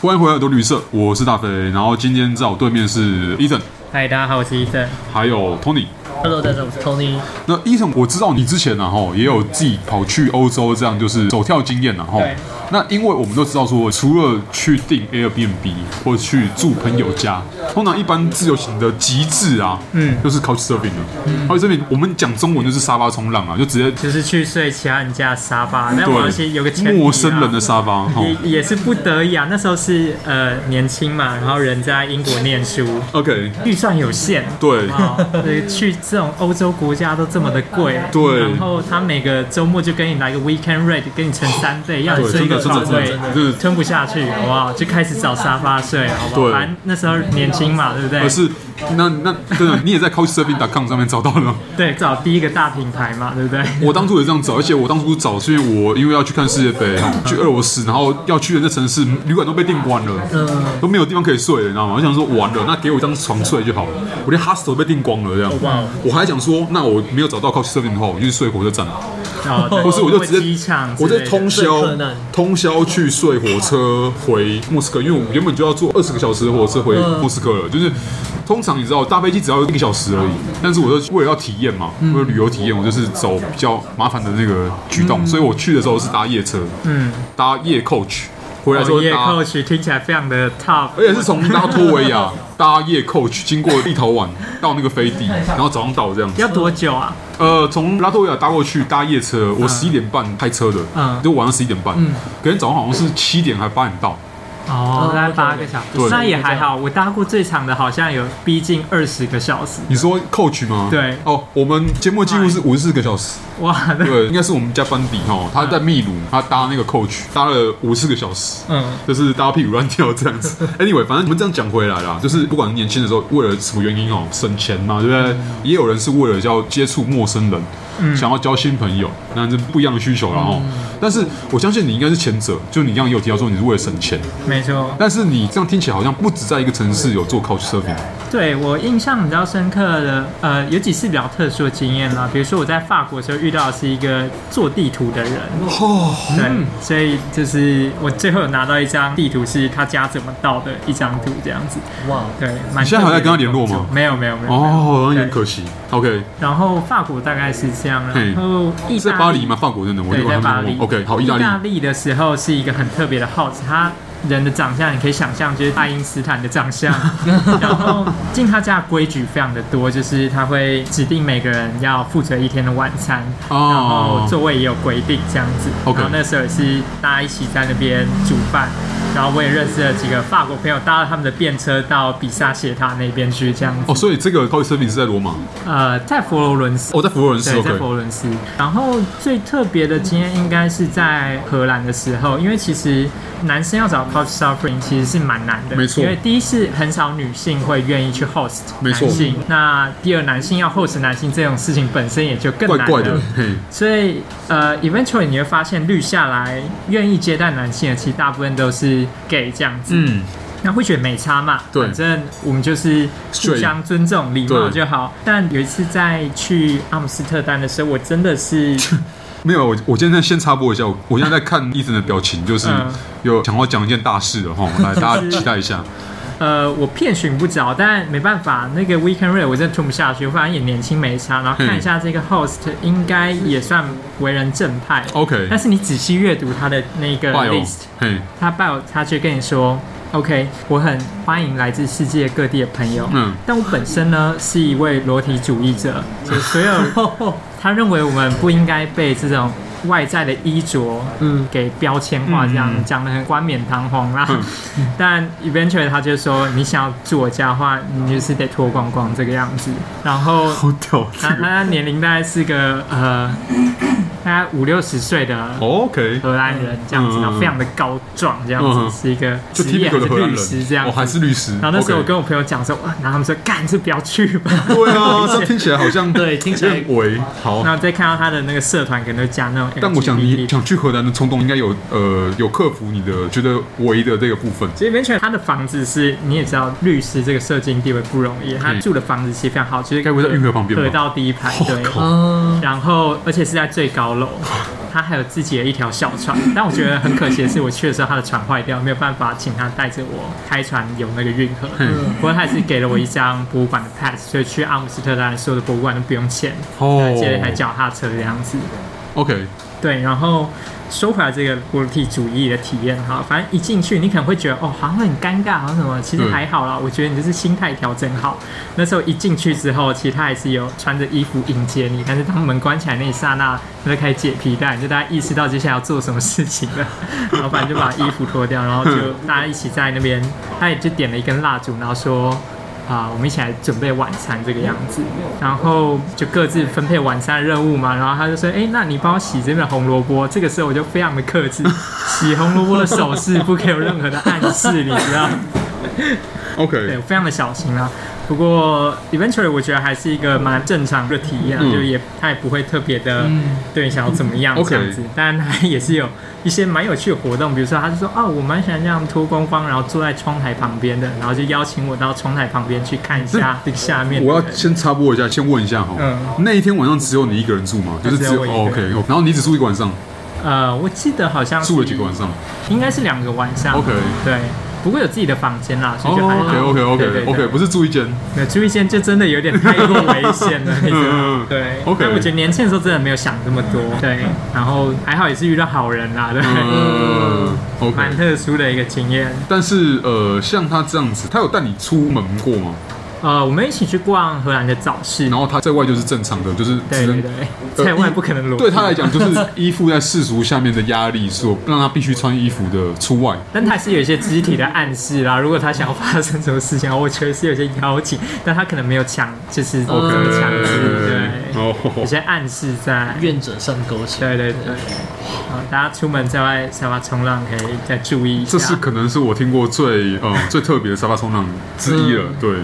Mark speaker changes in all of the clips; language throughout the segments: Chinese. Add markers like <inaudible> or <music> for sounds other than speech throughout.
Speaker 1: 欢迎回来，耳朵旅社，我是大飞。然后今天在我对面是 Ethan，
Speaker 2: 嗨，大家好，我是医生。
Speaker 1: 还有 Tony。
Speaker 2: Hello，大家好，我是 Tony。
Speaker 1: 那 Ethan，我知道你之前然、啊、后也有自己跑去欧洲这样就是走跳经验然、啊、后
Speaker 2: 对。
Speaker 1: 那因为我们都知道说，除了去订 Airbnb 或去住朋友家，通常一般自由行的极致啊，嗯，就是 Couchsurfing
Speaker 2: 嗯
Speaker 1: 了。Couchsurfing 我们讲中文就是沙发冲浪啊，就直接
Speaker 2: 就是去睡其他人家的沙发，但我是有个前提、
Speaker 1: 对
Speaker 2: 啊、
Speaker 1: 陌生人的沙发，哈。
Speaker 2: 也也是不得已啊。那时候是呃年轻嘛，然后人在英国念书，
Speaker 1: OK，
Speaker 2: 预算有限，
Speaker 1: 对， <laughs>
Speaker 2: 啊，所以去这种欧洲国家都这么的贵，
Speaker 1: 对
Speaker 2: 然后他每个周末就给你来个 weekend rate，给你乘三倍，要你
Speaker 1: 对
Speaker 2: 睡一个
Speaker 1: 真的
Speaker 2: 床
Speaker 1: 真的
Speaker 2: 位
Speaker 1: 真的真的，
Speaker 2: 吞不下去，好不好？就开始找沙发睡，好不
Speaker 1: 对
Speaker 2: 好？反正那时候年轻嘛，对不对？
Speaker 1: 而是那那真的你也在 Couchsurfing.com 上面找到了。
Speaker 2: 对，找第一个大品牌嘛，对不对？
Speaker 1: 我当初也这样找，而且我当初找是因为我因为要去看世界杯，去俄罗斯，然后要去的那城市旅馆都被订光了，都没有地方可以睡了，你知道吗？我想说完了，那给我一张床睡就好了。我连 hostel 都被订光了，这样。我还想说，那我没有找到 couch surfing 的话，我就去睡火车站，
Speaker 2: 哦，对
Speaker 1: 或是我就直
Speaker 2: 机
Speaker 1: 接
Speaker 2: 场之
Speaker 1: 我
Speaker 2: 类的，
Speaker 1: 在通宵
Speaker 3: 最困难
Speaker 1: 通宵去睡火车回莫斯科，因为我原本就要坐二十个小时的火车回
Speaker 2: 嗯
Speaker 1: 莫斯科了，就是。通常你知道，搭飞机只要一个小时而已，
Speaker 2: 嗯
Speaker 1: 但是我就为了要体验嘛，为了旅游体验，我就是走比较麻烦的那个举
Speaker 2: 嗯
Speaker 1: 动，所以我去的时候是搭夜车，嗯，搭夜 coach，回来之后
Speaker 2: 哦夜
Speaker 1: 搭
Speaker 2: coach 听起来非常的 top，
Speaker 1: 而且是从拉脱维亚搭夜 coach 经过立陶宛到那个飞
Speaker 2: <laughs>
Speaker 1: 地，然后早上到这样子。
Speaker 2: 要多久啊？
Speaker 1: 呃，从拉脱维亚搭过去搭夜车，我十一点半开车的，
Speaker 2: 嗯
Speaker 1: 就晚上十一点半，隔天早上好像是七点还八点到。
Speaker 2: 哦，大概八个小时
Speaker 1: 对，
Speaker 2: 那也还好。我搭过最长的，好像有逼近二十个小时。
Speaker 1: 你说 coach 吗？
Speaker 2: 对
Speaker 1: 哦，我们节目记录是五十四个小时，
Speaker 2: 哇，那
Speaker 1: 对，应该是我们家班底哈，他在秘鲁，他搭那个 coach 搭了五十个小时，
Speaker 2: 嗯，
Speaker 1: <laughs> 就是搭屁股乱跳这样子。Anyway，反正我 <laughs> 们这样讲回来啦，就是不管年轻的时候为了什么原因哦，省钱嘛，对不
Speaker 2: 嗯
Speaker 1: 对？也有人是为了要接触陌生人，想要交新朋友，那这不一样的需求啦哦。
Speaker 2: 嗯
Speaker 1: 但是我相信你应该是前者，就你一样也有提到说你是为了省钱，
Speaker 2: 没错。
Speaker 1: 但是你这样听起来好像不止在一个城市有做 couch surfing，
Speaker 2: 对我印象比较深刻的，呃，有几次比较特殊的经验啦。比如说我在法国的时候遇到的是一个做地图的人，
Speaker 1: 哦，
Speaker 2: 对，所以就是我最后有拿到一张地图，是他家怎么到的一张图，这样子。
Speaker 3: 哇，
Speaker 2: 对，蛮
Speaker 1: 你现在还在
Speaker 2: 特别的
Speaker 1: 跟他联络吗
Speaker 2: 工作没有，没有，没有。没有
Speaker 1: 哦，有
Speaker 2: 对
Speaker 1: 点可惜。OK，
Speaker 2: 然后法国大概是这样，
Speaker 1: 嘿
Speaker 2: 然后意
Speaker 1: 是在
Speaker 2: 大
Speaker 1: 巴黎吗？法国真的，我
Speaker 2: 对，在巴黎。
Speaker 1: OK，好，意大利。
Speaker 2: 的时候是一个很特别的耗子，他人的长相你可以想象，就是爱因斯坦的
Speaker 1: <laughs>
Speaker 2: 长相。然后进他家的规矩非常的多，就是他会指定每个人要负责一天的晚餐，然后
Speaker 1: 哦，
Speaker 2: 座位也有规定这样子。
Speaker 1: OK
Speaker 2: 然后那时候也是大家一起在那边煮饭。然后我也认识了几个法国朋友，搭了他们的便车到比萨斜塔那边去，这样子。
Speaker 1: 哦，所以这个 couch surfing 是在罗马，
Speaker 2: 呃，在佛罗伦斯。
Speaker 1: 哦，在佛罗伦斯
Speaker 2: 对，在
Speaker 1: OK。
Speaker 2: 佛罗伦斯。然后最特别的经验应该是在荷兰的时候，因为其实男生要找 couch surfing 其实是蛮难的，
Speaker 1: 没错
Speaker 2: 因为第一是很少女性会愿意去 host
Speaker 1: 没错
Speaker 2: 男性，那第二男性要 host 男性这种事情本身也就更
Speaker 1: 怪
Speaker 2: 难
Speaker 1: 怪
Speaker 2: 了
Speaker 1: 的，嘿，
Speaker 2: 所以呃，eventually 你会发现绿下来愿意接待男性的，其实大部分都是 gay 这样子。
Speaker 1: 嗯，
Speaker 2: 那会觉得没差嘛，
Speaker 1: 对
Speaker 2: 反正我们就是互
Speaker 1: Straight
Speaker 2: 相尊重、礼貌
Speaker 1: 对
Speaker 2: 就好。但有一次在去阿姆斯特丹的时候，我真的
Speaker 1: <laughs>
Speaker 2: 是
Speaker 1: 没有，我我现在先插播一下，我我现在在看 <laughs> 伊森的表情，就是
Speaker 2: 嗯
Speaker 1: 有想要讲一件大事了
Speaker 2: <laughs>
Speaker 1: 哈，来大家期待一下。
Speaker 2: 呃，我遍寻不着，但没办法，那个 weekend rate 我真的吞不下去，反正也年轻没差。然后看一下这个 host，应该也算为人正派。
Speaker 1: OK，
Speaker 2: 但是你仔细阅读他的那个
Speaker 1: 拜哦
Speaker 2: list，，
Speaker 1: 嘿，
Speaker 2: 他 bio 他却跟你说，OK，我很欢迎来自世界各地的朋友。
Speaker 1: 嗯
Speaker 2: 但我本身呢是一位裸体主义者，就所有
Speaker 1: <laughs>
Speaker 2: 他认为我们不应该被这种。外在的衣着，嗯，给标签化，这样
Speaker 1: 嗯嗯
Speaker 2: 讲的很冠冕堂皇啦
Speaker 1: 嗯。
Speaker 2: <laughs> 但 eventually 他就说，你想要住我家的话，你就是得脱光光这个样子。然后
Speaker 1: 好屌
Speaker 2: 他他年龄大概是个呃，大概五六十岁的
Speaker 1: 哦
Speaker 2: <laughs>
Speaker 1: ，OK，
Speaker 2: 荷兰人这样子，
Speaker 1: 嗯
Speaker 2: 然后非常的高壮这样子，
Speaker 1: 嗯
Speaker 2: 是一个
Speaker 1: 就
Speaker 2: 职业
Speaker 1: typical
Speaker 2: 还
Speaker 1: 的
Speaker 2: 是
Speaker 1: 荷兰
Speaker 2: 律师
Speaker 1: 人，
Speaker 2: 这样
Speaker 1: 我
Speaker 2: 子。
Speaker 1: 还是律师。
Speaker 2: 然后那时候我
Speaker 1: OK
Speaker 2: 跟我朋友讲说，哇，然后他们说干，这不要去吧。
Speaker 1: 对
Speaker 2: <laughs>
Speaker 1: 啊，这样听起来好像
Speaker 3: 对听起来
Speaker 1: 认为好。
Speaker 2: 然后再看到他的那个社团，可能会加那种 LGBT。
Speaker 1: 但我想你想去荷兰的冲动应该有呃有克服你的觉得唯的这个部分，
Speaker 2: 其实 v e n t u r 他的房子是，你也知道，律师这个社经地位不容易，他
Speaker 1: 嗯
Speaker 2: 住的房子其实非常好，就是
Speaker 1: 该不会在运河旁边吧哦
Speaker 2: 河道第一排，对。
Speaker 1: 靠
Speaker 3: 嗯，
Speaker 2: 然后而且是在最高楼，他还有自己的一条小船，但我觉得很可惜的是，我去的时候他的船坏掉，没有办法请他带着我开船游那个运河。不过他还是给了我一张博物馆的 pass，所以去阿姆斯特丹所有的博物馆都不用钱，
Speaker 1: 哦
Speaker 2: 借了一台脚踏车这样子。
Speaker 1: OK，
Speaker 2: 对，然后说回来这个裸体主义的体验哈，反正一进去你可能会觉得哦，好像很尴尬，好像什么，其实
Speaker 1: 对
Speaker 2: 还好啦。我觉得你就是心态调整好。那时候一进去之后，其实他还是有穿着衣服迎接你，但是当门关起来那一刹那，他就开始解皮带，就大家意识到接下来要做什么事情了。然后反正就把衣服脱掉，然后就大家一起在那边，他也就点了一根蜡烛，然后说。啊，我们一起来准备晚餐这个样子，然后就各自分配晚餐的任务嘛。然后他就说：“哎、那你帮我洗这边的红萝卜。”这个时候我就非常的
Speaker 1: <laughs>
Speaker 2: 克制，洗红萝卜的手势不给有任何的暗示，你知道吗？对，
Speaker 1: OK，
Speaker 2: 我非常的小心啊。不过 eventually 我觉得还是一个蛮正常的体验啊，
Speaker 1: 嗯
Speaker 2: 就也他也不会特别的对你想要怎么样
Speaker 1: OK
Speaker 2: 这样子，但他也是有一些蛮有趣的活动，比如说他就说哦，我蛮喜欢这样脱光光，然后坐在窗台旁边的，然后就邀请我到窗台旁边去看
Speaker 1: <laughs>
Speaker 2: 一下这个下面的
Speaker 1: 我
Speaker 2: 人。
Speaker 1: 要先插播一下，先问一下哈，
Speaker 2: 嗯
Speaker 1: 那一天晚上只有你一个人住吗？就是
Speaker 2: 只有我一个人
Speaker 1: OK，然后你只住一个晚上，
Speaker 2: 呃，我记得好像是
Speaker 1: 住了几个晚上
Speaker 2: 应该是两个晚上。
Speaker 1: OK
Speaker 2: 对，不过有自己的房间啦，所以就还好。
Speaker 1: ？OK OK
Speaker 2: 对对
Speaker 1: 哦 OK OK，
Speaker 2: 对
Speaker 1: 不是住一间，
Speaker 2: 那注意线就真的有点太过危险
Speaker 1: <laughs>
Speaker 2: 了，你知道吗
Speaker 1: 嗯？
Speaker 2: 对
Speaker 1: OK 嗯
Speaker 2: 但我觉得年轻的时候真的没有想这么多，对，然后还好也是遇到好人啦，对， <laughs>
Speaker 1: 呃
Speaker 2: 嗯蛮、
Speaker 1: ，OK。
Speaker 2: 特殊的一个经验。
Speaker 1: 但是呃，像他这样子，他有带你出门过吗？
Speaker 2: 呃，我们一起去逛荷兰的早市，
Speaker 1: 然后他在外就是正常的，就是只
Speaker 2: 对对
Speaker 1: 能
Speaker 2: 对，
Speaker 1: 呃
Speaker 2: 在外
Speaker 1: 衣
Speaker 2: 不可能裸，
Speaker 1: 对他来，讲，就是依附在世俗下面的压力所让他必须穿衣服的出
Speaker 2: <laughs>
Speaker 1: 外。
Speaker 2: 但他还是有一些肢体的暗示啦。如果他想要发生什么事情，我觉得是有些邀请，但他可能没有强，就是这么
Speaker 1: 哦 OK，
Speaker 2: 嗯强制，对，有
Speaker 1: 哦，
Speaker 2: 些暗示在。
Speaker 3: 愿者上钩起。
Speaker 2: 对对对，好大家出门在外沙发冲浪可以再注意一下。
Speaker 1: 这是可能是我听过最
Speaker 2: <laughs>
Speaker 1: 呃最特别的沙发冲浪之一
Speaker 2: 嗯
Speaker 1: 了。对，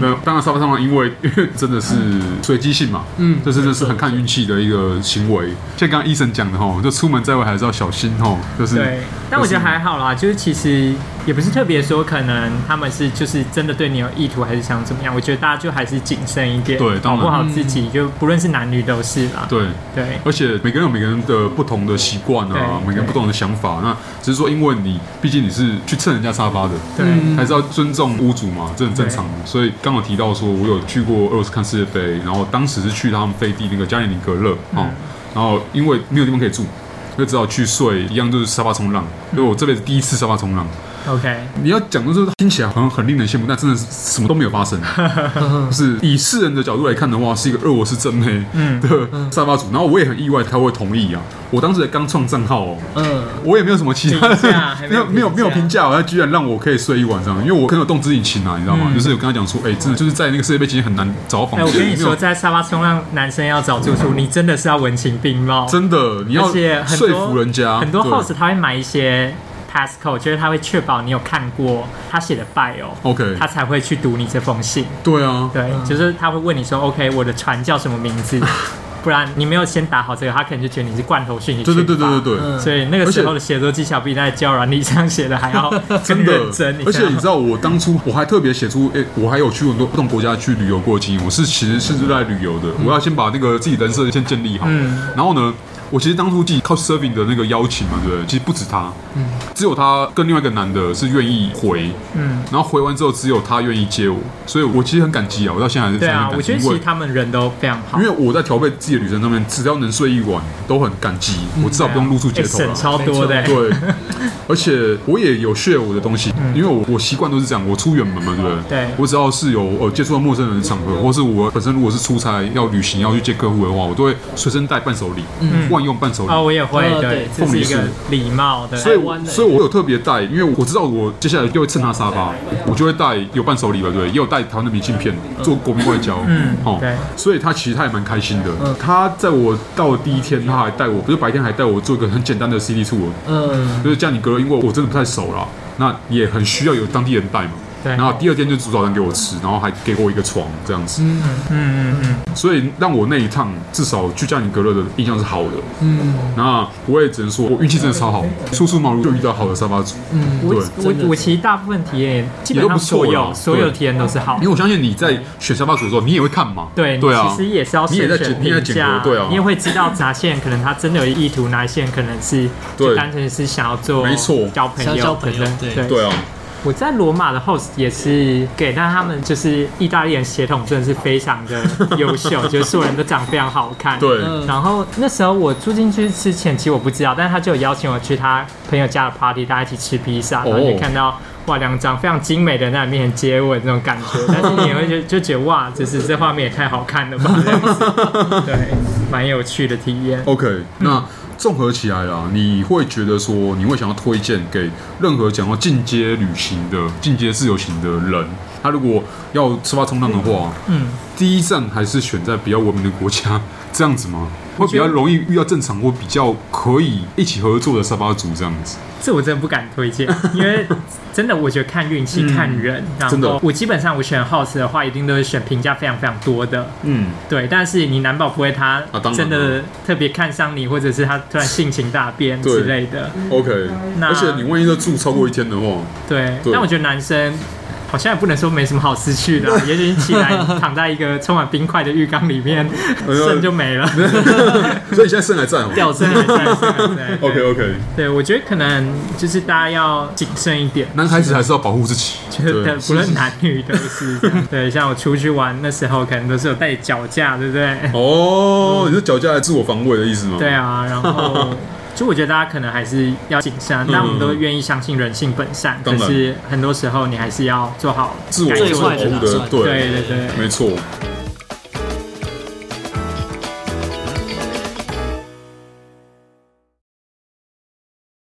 Speaker 1: 那当然沙发冲浪，因为 <laughs> 真的是随机性嘛，嗯，这真的是很看运气的一个行为。像刚刚医生讲的哈，就出门在外还是要小心哈，就是
Speaker 2: 对，但我觉得还好啦，就是其实也不是特别说，可能他们是就是真的对你有意图，还是想怎么样？我觉得大家就还是谨慎一点，
Speaker 1: 对
Speaker 2: 保
Speaker 1: 当然嗯
Speaker 2: 护好自己，就不论是男女都是啦。
Speaker 1: 对。
Speaker 2: 对
Speaker 1: 而且每个人有每个人的不同的习惯啊，
Speaker 2: 对
Speaker 1: 每个人不同的想法。那只是说，因为你毕竟你是去蹭人家沙发的，
Speaker 2: 对
Speaker 1: 还是要尊重屋主嘛，这很正常。所以刚好提到说，我有去过俄罗斯看世界杯，然后当时是去他们飞地那个加里宁格勒哦，然后因为没有地方可以住，就只好去睡，一样就是沙发冲浪。因为我这辈子第一次沙发冲浪，
Speaker 2: ，OK，
Speaker 1: 你要讲的就是听起来好像很令人羡慕，但真的是什么都没有发
Speaker 2: <laughs>
Speaker 1: 生。就是以世人的角度来看的话，是一个俄罗斯正妹
Speaker 2: 嗯
Speaker 1: 的沙发主，然后我也很意外他会同意啊。我当时才刚创账号哦，
Speaker 3: 嗯，
Speaker 1: 我也没有什么其他
Speaker 2: 评价还
Speaker 1: 的，
Speaker 2: 没
Speaker 1: 没
Speaker 2: 有
Speaker 1: 有没有没
Speaker 2: 评价
Speaker 1: 有评价哦，他居然让我可以睡一晚上，因为我可能有动之以情啊，你知道吗？就是有跟他讲说，哎、真的就是在那个世界杯期间很难找到
Speaker 2: 嗯哎、
Speaker 1: 房
Speaker 2: 我
Speaker 1: 间，
Speaker 2: 跟你
Speaker 1: 因为
Speaker 2: 说，在沙发冲浪，男生要找住处，你真的是要文情并茂，
Speaker 1: 真的你要
Speaker 2: 而且很
Speaker 1: 说
Speaker 2: 多
Speaker 1: 服人家，
Speaker 2: 很多
Speaker 1: 对
Speaker 2: host 他会买一些 passcode，就是他会确保你有看过他写的 bio，、
Speaker 1: OK，
Speaker 2: 他才会去读你这封信。
Speaker 1: 对啊，
Speaker 2: 对，就是他会问你说，OK，我的船叫什么名
Speaker 1: <laughs>
Speaker 2: 字？不然你没有先打好这个，他可能就觉得你是罐头讯息。
Speaker 1: 对对对对对对。
Speaker 3: 嗯
Speaker 2: 所以那个时候的写作技巧比在教软体上写的还要 <laughs> 更
Speaker 1: 真的
Speaker 2: 认真。
Speaker 1: 而且你知
Speaker 2: 道
Speaker 1: 道，我当初我还特别写出，哎、我还有去很多不同国家去旅游过的经验。我是其实是热爱旅游的，我要先把那个自己人设先建立好。
Speaker 2: 嗯
Speaker 1: 然后呢，我其实当初记 Couch Surfing 的那个邀请嘛，对不对？其实不止他，只有他跟另外一个男的是愿意回，
Speaker 2: 嗯
Speaker 1: 然后回完之后只有他愿意接我，所以我其实很感激啊，我到现在还是
Speaker 2: 对啊
Speaker 1: 很，感
Speaker 2: 我
Speaker 1: 激
Speaker 2: 觉得
Speaker 1: 因
Speaker 2: 其
Speaker 1: 为
Speaker 2: 实他们人都非常好，
Speaker 1: 因为我在调配自己的旅程上面，只要能睡一晚，都很感激，我至少不用露宿街
Speaker 2: 哎
Speaker 1: 头了
Speaker 2: 省。超多的、
Speaker 3: 没
Speaker 1: 啊对，而且我也有 share 我的东西，因为我我习惯都是这样，我出远门嘛，对不对？嗯
Speaker 2: 对
Speaker 1: 我只要是有呃接触到陌生人的场合，或是我本身如果是出差要旅行要去见客户的话，我都会随身带伴手礼，万用伴手礼。
Speaker 2: 哦，我也会，
Speaker 3: 哦
Speaker 2: 对
Speaker 3: 对，
Speaker 2: 这是一个
Speaker 1: 凤梨
Speaker 2: 礼貌的。
Speaker 1: 所以
Speaker 3: 台
Speaker 1: 我，
Speaker 3: 湾的
Speaker 1: 所以我有特别带，因为我知道我接下来就会蹭他沙发，我就会带有伴手礼吧，对不对，也有带台湾的明信片做国民外交，嗯哦
Speaker 2: 对
Speaker 1: 所以他其实他也蛮开心的。他在我到的第一天，他还带我，不是白天还带我做一个很简单的 CD 触，
Speaker 3: 嗯，
Speaker 1: 就是叫你哥，因为我真的不太熟啦，那也很需要有当地人带嘛。
Speaker 2: 对
Speaker 1: 然后第二天就煮早餐给我吃，然后还给我一个床这样子，
Speaker 2: 嗯嗯嗯，
Speaker 1: 所以让我那一趟至少去嘉宁格勒的印象是好的。嗯，那我也只能说我运气真的超好，初出茅庐就遇到好的沙发主。嗯，对。
Speaker 2: 嗯我我我其实大部分体验基
Speaker 1: 也
Speaker 2: 本
Speaker 1: 都不
Speaker 2: 上
Speaker 1: 错
Speaker 2: 所有
Speaker 1: 啦
Speaker 2: 所有体验都是好
Speaker 1: 因为。我相信你在选沙发主的时候，你也会看嘛。
Speaker 2: 对，
Speaker 1: 对啊，
Speaker 2: 你其实也是要
Speaker 1: 你也
Speaker 2: 慎
Speaker 1: 在
Speaker 2: 选
Speaker 1: 检你也在
Speaker 2: 评
Speaker 1: 检
Speaker 2: 价，
Speaker 1: 核对啊
Speaker 2: 你也会知道哪线可能他真的有意图，哪一线可能是
Speaker 1: 对
Speaker 2: 就单纯是想要做，
Speaker 1: 没错
Speaker 2: 交朋
Speaker 3: 想要交
Speaker 2: 友
Speaker 3: 朋友
Speaker 2: 等等
Speaker 3: 对
Speaker 1: 对啊，
Speaker 2: 我在罗马的 host 也是给，但他们就是意大利人血统真的是非常的优秀，就是所有人都长得非常好看。
Speaker 1: 对，
Speaker 3: 嗯
Speaker 2: 然后那时候我住进去之前，其实我不知道，但是他就有邀请我去他朋友家的 party，大家一起吃披萨，然后
Speaker 1: 哦
Speaker 2: 就看到哇，两张非常精美的人在你面前接吻那种感
Speaker 1: <laughs>
Speaker 2: 觉，但是你也会就就觉得哇，就是这画面也太好看了
Speaker 1: <laughs>
Speaker 2: 吧，这样子对，蛮有趣的体验。
Speaker 1: OK，那综合起来啦，你会觉得说，你会想要推荐给任何想要进阶旅行的、进阶自由行的人，他如果要出发冲浪的话，
Speaker 2: 嗯，
Speaker 1: 第一站还是选在比较文明的国家， <laughs> 这样子吗？会比较容易遇到正常或比较可以一起合作的沙发组这样子。
Speaker 2: 这我真的不敢
Speaker 1: <laughs>
Speaker 2: 推荐，因为真的我觉得看运气、看人，然
Speaker 1: 嗯真的
Speaker 2: 后我基本上我选 house 的话，一定都是选评价非常非常多的，
Speaker 1: 嗯，
Speaker 2: 对，但是你难保不会他
Speaker 1: 啊当然
Speaker 2: 真
Speaker 1: 当
Speaker 2: 的
Speaker 1: 然
Speaker 2: 特别看上你，或者是他突然性情大
Speaker 1: <laughs>
Speaker 2: 变
Speaker 1: 对
Speaker 2: 之类的。
Speaker 1: OK，
Speaker 2: 那
Speaker 1: 而且你万一要住超过一天
Speaker 2: <laughs>
Speaker 1: 的话，
Speaker 2: 对，
Speaker 1: 对
Speaker 2: 但我觉得男生好像也不能说没什么好失
Speaker 1: <laughs>
Speaker 2: 去的啊、也许你起来躺在一个充满冰块的浴缸里
Speaker 1: <laughs>
Speaker 2: 面，
Speaker 1: 哎呦
Speaker 2: 肾就没
Speaker 1: <laughs>
Speaker 2: 了。
Speaker 1: 所以你现在剩还在哦。
Speaker 3: 掉
Speaker 2: 对
Speaker 3: 针
Speaker 2: 对对对
Speaker 1: <laughs> OK OK，
Speaker 2: 对，我觉得可能就是大家要谨慎一点。
Speaker 1: 男孩子还是要保护自己。
Speaker 2: 觉得 <laughs> 不论男女都是这样，对，像我出去玩那时候，可能都是有带脚架，对不对？
Speaker 1: 哦，你是脚架来自我防卫的意思吗？
Speaker 2: 对啊，然后
Speaker 1: <laughs>
Speaker 2: 就我觉得大家可能还是要谨慎，啊但我们都愿意相信人性本善，
Speaker 1: 嗯当
Speaker 2: 可
Speaker 1: 然
Speaker 2: 是很多时候你还是要做好
Speaker 1: 自我
Speaker 2: 该
Speaker 1: 自
Speaker 3: 最
Speaker 2: 做
Speaker 1: 我
Speaker 3: 坏
Speaker 2: 的
Speaker 3: 的
Speaker 1: 保
Speaker 3: 啦
Speaker 1: 护的，
Speaker 3: 最
Speaker 2: 对
Speaker 1: 对，
Speaker 2: 对对，
Speaker 1: 没错。